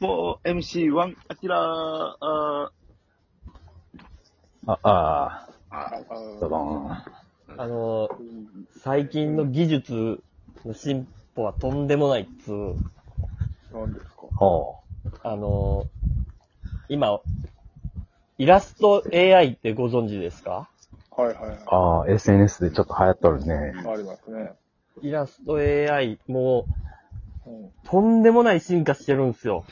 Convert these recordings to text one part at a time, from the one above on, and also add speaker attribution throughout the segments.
Speaker 1: 4MC1、アキラー、あ
Speaker 2: あ、あ
Speaker 1: ーあー
Speaker 2: ー、ドドーン。
Speaker 3: あの、
Speaker 1: うん
Speaker 3: 最近の技術の進歩はとんでもないっつう、
Speaker 1: なんですか
Speaker 2: ほ。。
Speaker 3: あの、今、イラスト AI ってご存知ですか
Speaker 1: はいはいはいう
Speaker 2: ああ、SNS でちょっと流行っとるね。
Speaker 1: ありますね。
Speaker 3: イラスト AI、も
Speaker 1: うん。
Speaker 3: う、とんでもない進化してるんですよ。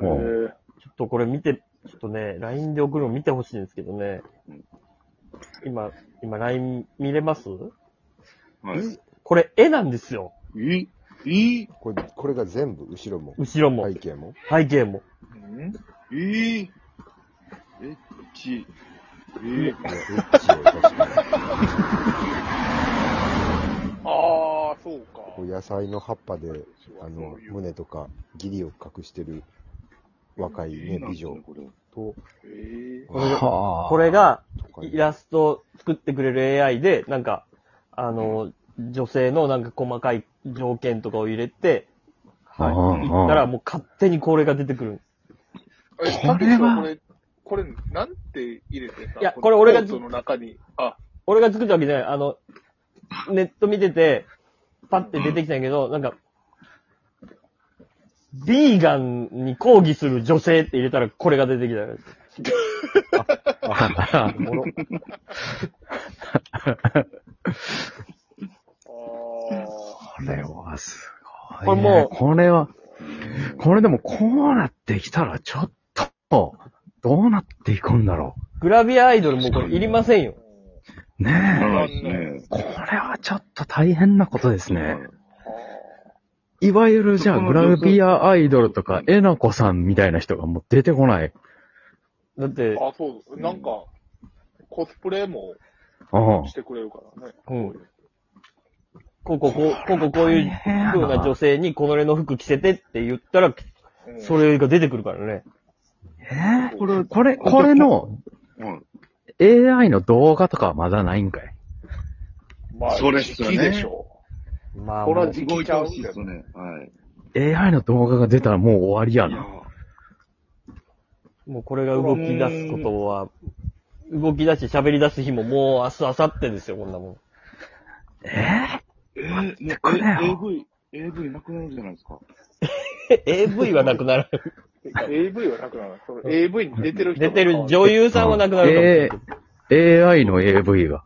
Speaker 2: ほう
Speaker 1: え
Speaker 3: ちょっとこれ見て、ちょっとね、LINE で送るの見てほしいんですけどね。今、今 LINE 見れます
Speaker 1: ーはい
Speaker 3: これ絵なんですよ。
Speaker 1: いいい
Speaker 4: これ、これが全部、後ろも、
Speaker 3: 後ろも
Speaker 4: 背、景も。
Speaker 3: 背景も。
Speaker 1: んいいえっち。え
Speaker 4: いやエッチを確かに
Speaker 1: ああ、そうか。
Speaker 4: こう野菜の葉っぱで、あの
Speaker 1: そう、いう
Speaker 4: 胸とか、義理を隠してる若いね、美女
Speaker 1: これ
Speaker 4: と、
Speaker 1: えー
Speaker 4: これが
Speaker 2: はあ
Speaker 3: これ、が、
Speaker 4: とかね
Speaker 3: イラストを作ってくれる AI で、なんか、あの、女性のなんか細かい条件とかを入れて、
Speaker 2: は
Speaker 3: はい。行ったらもう勝手にこれが出てくる。
Speaker 5: え
Speaker 2: これは
Speaker 5: これ、これ、なんて入れてさ、
Speaker 3: いや
Speaker 5: の
Speaker 3: これ俺が
Speaker 5: コートの中に、あ、
Speaker 3: 俺が作ったわけじゃない。あの、ネット見てて、パッて出てきたんやけど、なんか、ビーガンに抗議する女性って入れたらこれが出てきたよ。
Speaker 4: おもろ
Speaker 5: あ
Speaker 2: これはすごい、ね。
Speaker 3: これもう
Speaker 2: これは、これでもこうなってきたらちょっと、どうなっていくんだろ
Speaker 3: グラビアアイドルもこれいりませんよ。
Speaker 2: う。ねえ。
Speaker 1: そうですね。
Speaker 2: これはちょっと大変なことですね。いわゆるじゃあ
Speaker 1: そこ
Speaker 2: グ
Speaker 1: の
Speaker 2: ラビアアイドルとか、えなこさんみたいな人がもう出てこない。
Speaker 3: だって、
Speaker 5: あ、そう、なんか、コスプレも
Speaker 2: うん。
Speaker 5: してくれるからね。
Speaker 3: うん。こうこうこう、こうこうこういう風な女性にこのれの服着せてって言ったら、
Speaker 5: うん
Speaker 3: それが出てくるからね。
Speaker 2: えーこれ、これ、これの
Speaker 1: うん。
Speaker 2: AI の動画とかはまだないんかい
Speaker 5: まあ、
Speaker 1: それっ
Speaker 5: 時
Speaker 1: すよね
Speaker 5: 期でしょ
Speaker 3: まあ、
Speaker 5: これは
Speaker 3: もう
Speaker 5: 時
Speaker 1: 動
Speaker 5: 期
Speaker 1: い
Speaker 5: ち
Speaker 1: て
Speaker 5: ゃう
Speaker 1: ほ
Speaker 5: ん
Speaker 1: しい
Speaker 5: だ
Speaker 1: で
Speaker 5: よ
Speaker 1: す。ね。はい。
Speaker 2: ?AI の動画が出たらもう終わりや
Speaker 1: いや
Speaker 2: な。
Speaker 3: もうこれが動き出すことは、動き出して喋り出す日ももう明日、明後日ですよ、こんなもん。
Speaker 2: え
Speaker 1: えー、もうえ
Speaker 2: くれよ
Speaker 1: AV、AV なくなるじゃないですか。
Speaker 3: AV はなくなる。
Speaker 5: AV はなくなる。それ AV に出てる人
Speaker 3: 出てる
Speaker 5: 上
Speaker 3: 女優さんはなくなるかもしれない。
Speaker 2: ー AI の AV が。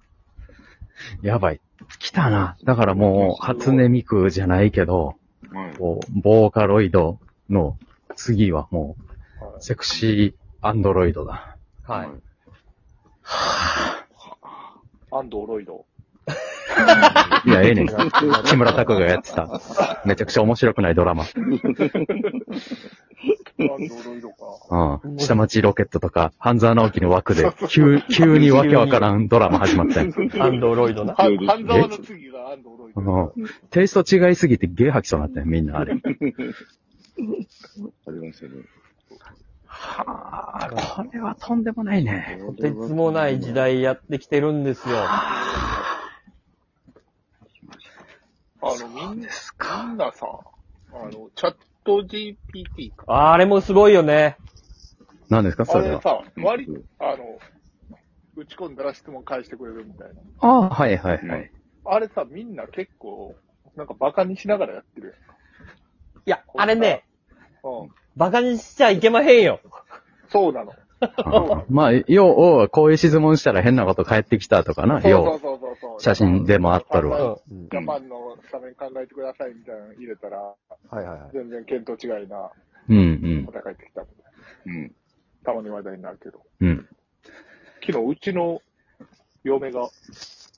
Speaker 2: やばい。来たな。だからもう、初音ミクじゃないけど、
Speaker 1: はい。
Speaker 2: こう、ボーカロイドの次はもう、セクシーアンドロイドだ。
Speaker 3: はい。
Speaker 5: アンドロイド。
Speaker 2: いや、ええねん。木村拓哉がやってた。めちゃくちゃ面白くないドラマ。
Speaker 5: アンドロイドか。
Speaker 2: うん。下町ロケットとか、半沢直樹の枠で、急、急にわけわからんドラマ始まったんや
Speaker 3: アンドロイドな。
Speaker 5: は
Speaker 1: そうですね
Speaker 5: 半沢の次がアンドロイ
Speaker 2: う
Speaker 5: ド。
Speaker 2: んテイスト違いすぎてゲー吐きそうになったよ、みんなあれ。
Speaker 1: ありましたね。
Speaker 2: はあ、これはとんでもないね。
Speaker 3: とてつもない時代やってきてるんですよ。
Speaker 5: あの、みん
Speaker 2: です
Speaker 5: みんなさ、あの、チャット GPT か。
Speaker 3: あれもすごいよね。
Speaker 2: 何ですか、そ
Speaker 5: あ
Speaker 2: れ
Speaker 5: れ
Speaker 2: は。
Speaker 5: さ、割と、あの、打ち込んだら質問返してくれるみたいな。
Speaker 2: ああ、はいはいはい。
Speaker 5: あれさ、みんな結構、なんかバカにしながらやってる
Speaker 3: いや、あれね、
Speaker 5: やん。うん。
Speaker 3: バカにしちゃいけまへんよ。
Speaker 5: そうなの。
Speaker 2: あまあ、要は、こういう質問したら変なこと返ってきたとかな、
Speaker 5: そうそ
Speaker 2: 要
Speaker 5: うそうそうそう。
Speaker 2: う写真でもあったる
Speaker 3: う
Speaker 2: わ。
Speaker 3: ん。
Speaker 4: うん
Speaker 5: ジャパンの画面考えてくださいみたいなの入れたら、
Speaker 4: はいはいはい。
Speaker 5: 全然見当違いな
Speaker 2: うんうん。
Speaker 5: 答え返ってきたもんね。
Speaker 1: うん。
Speaker 5: たまに話題になるけど。
Speaker 2: うん。
Speaker 5: 昨日、うちの嫁が、チ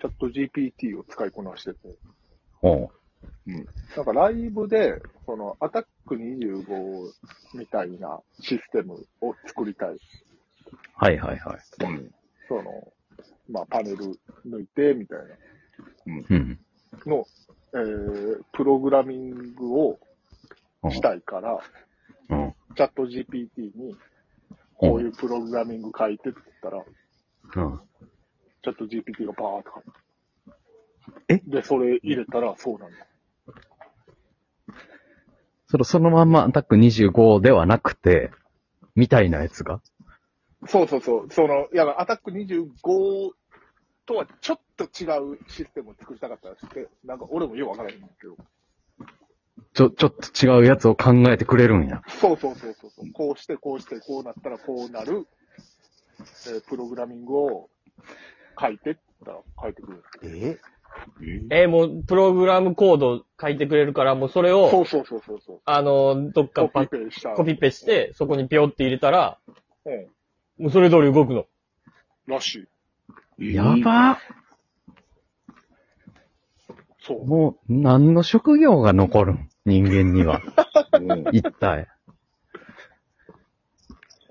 Speaker 5: ャット GPT を使いこなしてて、
Speaker 2: おう
Speaker 5: なんかライブで、その、アタック25みたいなシステムを作りたい。
Speaker 2: はいはいはい。
Speaker 1: うん。
Speaker 5: その、まあ、パネル抜いて、みたいな。
Speaker 2: うん。
Speaker 5: の、えー、プログラミングを
Speaker 2: うん
Speaker 5: したいから、
Speaker 2: うん。
Speaker 5: チャット GPT に、こういうプログラミング書いてって言ったら、
Speaker 2: うん。
Speaker 5: チャット GPT がバーっと書いて。
Speaker 2: え
Speaker 5: で、それ入れたら、そうなんだ。
Speaker 2: そのそのまんまアタック25ではなくて、みたいなやつが。
Speaker 5: そうそうそう。その、いや、アタック25とはちょっと違うシステムを作りたかったらしくて、なんか俺もよくわからへんんですけど。
Speaker 2: ちょ、ちょっと違うやつを考えてくれるんや。
Speaker 5: そうそうそうそうそう。こうして、こうして、こうなったらこうなる、えープログラミングを書いてって言ったら書いてくるんですけ
Speaker 4: え
Speaker 3: えーもう、プログラムコード書いてくれるから、もうそれ
Speaker 5: ど。そ
Speaker 3: を、
Speaker 5: うそうそうそうそう。
Speaker 3: あの、どっか
Speaker 5: コ
Speaker 3: パ
Speaker 5: ピペした。
Speaker 3: コピペして、そこにピョって入れたら、
Speaker 5: うん。
Speaker 3: もうそれ通り動くの。
Speaker 5: らしい。
Speaker 2: やば
Speaker 5: そう。
Speaker 2: もう、何の職業が残るん人間には。一体。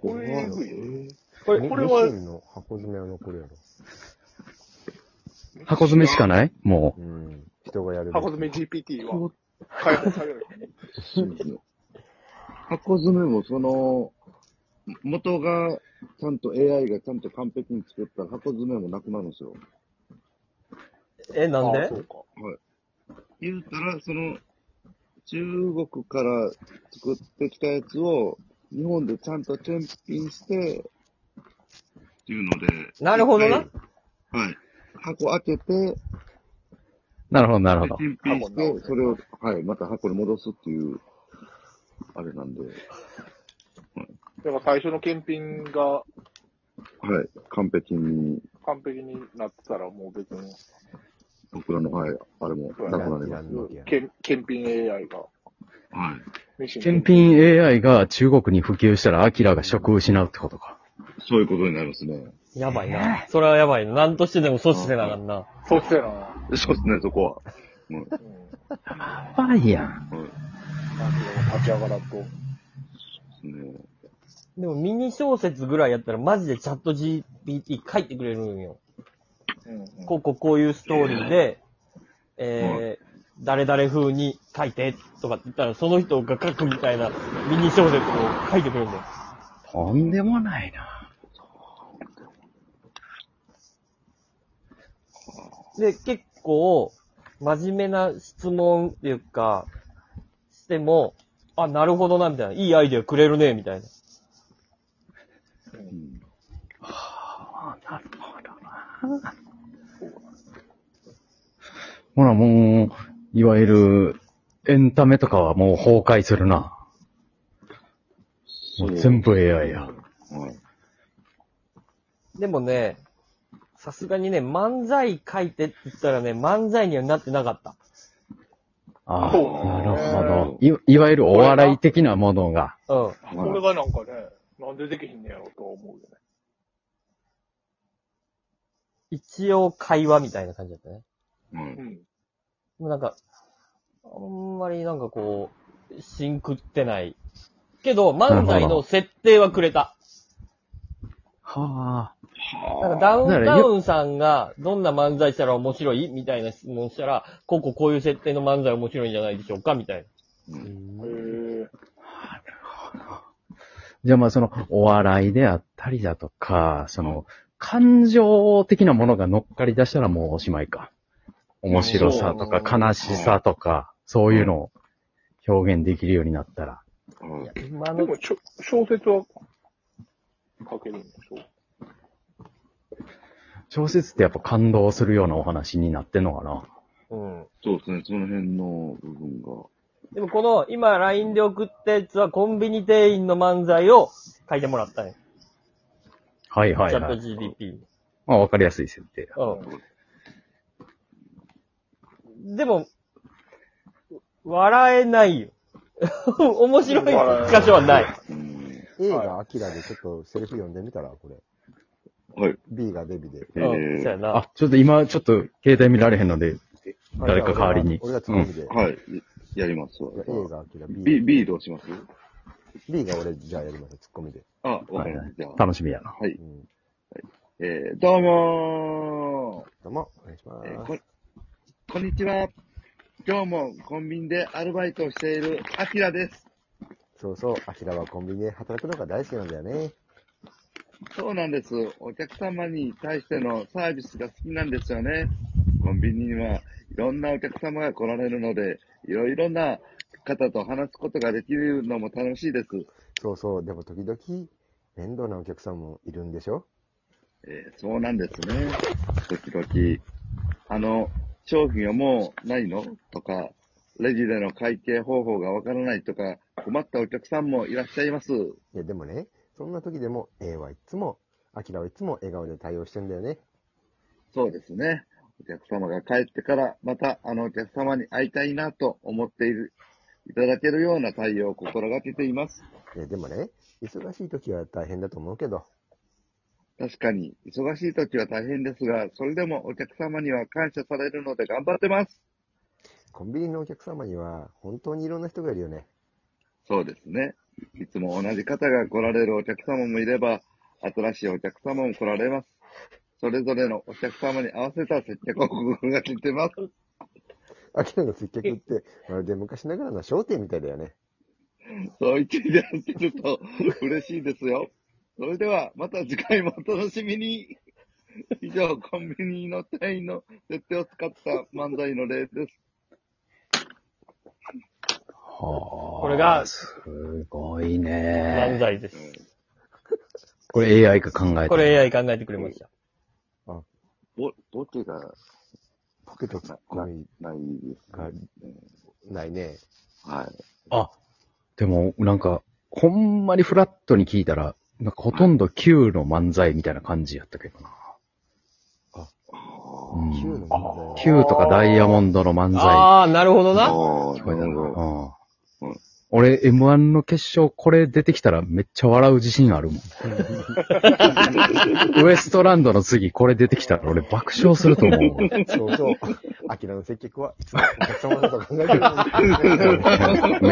Speaker 5: これえぐいよね。
Speaker 3: こ
Speaker 5: れ
Speaker 4: れ、
Speaker 5: こ
Speaker 4: こ
Speaker 5: れ
Speaker 4: れ
Speaker 5: は
Speaker 4: は。の箱詰めは残るやろ。
Speaker 2: 箱詰めしかないも
Speaker 4: うん。人がやる。
Speaker 5: 箱詰め GPT は
Speaker 1: こ
Speaker 5: 開発される。
Speaker 1: 箱詰めもその、元がちゃんと AI がちゃんと完璧に作ったら箱詰めもなくなるんですよ。
Speaker 3: え、なん
Speaker 5: あ
Speaker 3: で
Speaker 5: あそうか。
Speaker 1: 言うたら、その、中国から作ってきたやつを、日本でちゃんと検品して、っていうので。
Speaker 3: なるほどな
Speaker 1: はい。はい箱開けて、
Speaker 2: う。なるほど、なるほど。
Speaker 1: 検品して、それを、はい、また箱に戻すっていう、あれなんで、
Speaker 5: だから最初の検品が
Speaker 1: はい、完璧に、
Speaker 5: 完璧になってたらもう別に、
Speaker 1: 僕らの、はい、あれもなくなります。
Speaker 4: うん
Speaker 5: 検検品 AI が
Speaker 1: はい。
Speaker 5: ミシン
Speaker 2: 検品 AI が中国に普及したら、アキラが職を失うってことか。
Speaker 1: そういうことになりますね。
Speaker 3: やばいな。それはやばいな。なんとしてでも阻止せなあかんな。
Speaker 5: そうっすよな。
Speaker 1: そうですね、そこは。うん。は
Speaker 5: うん。
Speaker 2: やばいや
Speaker 1: い。
Speaker 2: ん。
Speaker 5: なんていうの立ち上がらんと。
Speaker 1: ね
Speaker 3: でもミニ小説ぐらいやったらマジでチャット GPT 書いてくれるんよ。
Speaker 5: うん、うん。
Speaker 3: こうこうこういうストーリーで、えー、誰々風に書いてとかって言ったらその人が書くみたいなミニ小説を書いてくれるんだよ。
Speaker 2: とんでもないな。
Speaker 3: で、結構、真面目な質問っていうか、しても、あ、なるほどな、みたいな。いいアイデアくれるね、みたいな。
Speaker 1: うん。
Speaker 2: あなるほどな。ほら、もう、いわゆる、エンタメとかはもう崩壊するな。もう全部 AI や。
Speaker 1: はい。
Speaker 3: でもね、さすがにね、漫才書いてって言ったらね、漫才にはなってなかった。
Speaker 2: ああ、
Speaker 5: そうな
Speaker 2: なん
Speaker 5: だ
Speaker 2: るほどい。いわゆるお笑い的なものが。
Speaker 3: うん。
Speaker 1: はい
Speaker 5: これがなんかね、なんでできひんねやろうとは思うよね。
Speaker 3: 一応会話みたいな感じだったね。
Speaker 1: はい
Speaker 5: うん。
Speaker 3: でもなんか、あんまりなんかこう、シンクってない。けど、漫才の設定はくれた。
Speaker 2: は
Speaker 3: なんかダウ
Speaker 2: な
Speaker 3: ン
Speaker 2: る
Speaker 3: タ
Speaker 2: ほど
Speaker 3: ウンさんがどんな漫才したら面白いみたいな質問したら、こうこうこういう設定の漫才面白いんじゃないでしょうかみたい
Speaker 5: へえ。
Speaker 2: あ。じゃあまあその、お笑いであったりだとか、その、感情的なものが乗っかり出したらもうおしまいか。面白さとか
Speaker 5: そう
Speaker 2: 悲しさとか、そういうのを表現できるようになったら。
Speaker 1: はい
Speaker 3: な。いや、今
Speaker 5: で
Speaker 3: の
Speaker 5: も、、ちょ小説は書けるんでしょ
Speaker 2: 小説ってやっぱ感動するようなお話になってんのかな。
Speaker 3: うん。
Speaker 1: そうですね、その辺の部分が。
Speaker 3: でもこの、今 LINE で送ったやつはコンビニ店員の漫才を書いてもらったね。
Speaker 2: はいはい
Speaker 3: チャッ
Speaker 2: は
Speaker 3: ト
Speaker 2: い。
Speaker 3: GDP。
Speaker 2: まあわかりやすい設定だ。
Speaker 3: うん。でも、笑えないよ。 面白い箇所はない。
Speaker 1: うん。
Speaker 4: 映画アキラでちょっとセリフ読んでみたら、これ。
Speaker 1: はい。
Speaker 4: B がデビで。
Speaker 3: う
Speaker 1: え
Speaker 3: ん。そうや
Speaker 1: ー、
Speaker 3: な
Speaker 2: あ。、ちょっと今ちょっと携帯見られへんので、誰か代わりに。
Speaker 4: 俺がツッコミで。
Speaker 1: はい。やりますわ。
Speaker 4: じゃあ A がアキラ、
Speaker 1: B、
Speaker 4: B。
Speaker 1: B どうします
Speaker 4: B が俺、じゃあやります、ツッコミで。
Speaker 1: あ、わ
Speaker 2: は
Speaker 1: か
Speaker 2: い
Speaker 1: り
Speaker 2: は
Speaker 1: ま
Speaker 2: い
Speaker 1: した。じゃあ
Speaker 2: 楽しみやな。
Speaker 1: はい。
Speaker 4: うん。
Speaker 1: えー、どうも
Speaker 4: どうも、お願いしま
Speaker 1: ー、えー
Speaker 4: す。
Speaker 1: こ、こんにちは。今日もコンビニでアルバイトをしているアキラです。
Speaker 4: そうそう、アキラはコンビニで働くのが大好きなんだよね。
Speaker 1: そうなんです。お客様に対してのサービスが好きなんですよね。コンビニにはいろんなお客様が来られるので、いろいろな方と話すことができるのも楽しいです。
Speaker 4: そうそう、でも時々、面倒なお客さんもいるんでしょ
Speaker 1: えーそうなんですね。時々。あの、商品はもうないのとか、レジでの会計方法がわからないとか、困ったお客さんもいらっしゃいます。
Speaker 4: いや、でもね、そんな時でも、A はいつも、アキラはいつも笑顔で対応してんだよね。
Speaker 1: そうですね。お客様が帰ってから、またあのお客様に会いたいなと思っている、いただけるような対応を心がけています。
Speaker 4: いや、でもね、忙しい時は大変だと思うけど、
Speaker 1: 確かに、忙しい時は大変ですが、それでもお客様には感謝されるので頑張ってます。
Speaker 4: コンビニのお客様には、本当にいろんな人がいるよね。
Speaker 1: そうですね。いつも同じ方が来られるお客様もいれば、新しいお客様も来られます。それぞれのお客様に合わせた接客を心がけてます。
Speaker 4: アキラの接客って、まるで昔ながらの商店みたいだよね。
Speaker 1: そう言っていただけると嬉しいですよ。それでは、また次回もお楽しみに。以上、コンビニの店員の設定を使った漫才の例です。
Speaker 2: はあ。
Speaker 3: これが
Speaker 2: すごい
Speaker 3: 漫
Speaker 2: ね。
Speaker 3: 才です。
Speaker 2: これ AI が考えてる
Speaker 3: これ AI 考えてくれました。
Speaker 1: ぼ、ボケが
Speaker 4: ポケットツッコミ
Speaker 1: ないです
Speaker 4: がないね。
Speaker 1: はい。
Speaker 2: あ、でも、なんか、ほんまにフラットに聞いたら、なんかほとんど Q の漫才みたいな感じやったけどな。うん
Speaker 4: Q の問題は
Speaker 2: Q とかダイヤモンドの漫才。
Speaker 3: ああ、なるほどな。
Speaker 1: あ
Speaker 2: 聞こえたなう
Speaker 1: うんん
Speaker 2: 俺、M1 の決勝、これ出てきたらめっちゃ笑う自信あるもん。ウエストランドの次、これ出てきたら俺爆笑すると思うわ。
Speaker 4: そうそう。アキラの接客はいつもお客様のこと考えてるのに。
Speaker 2: め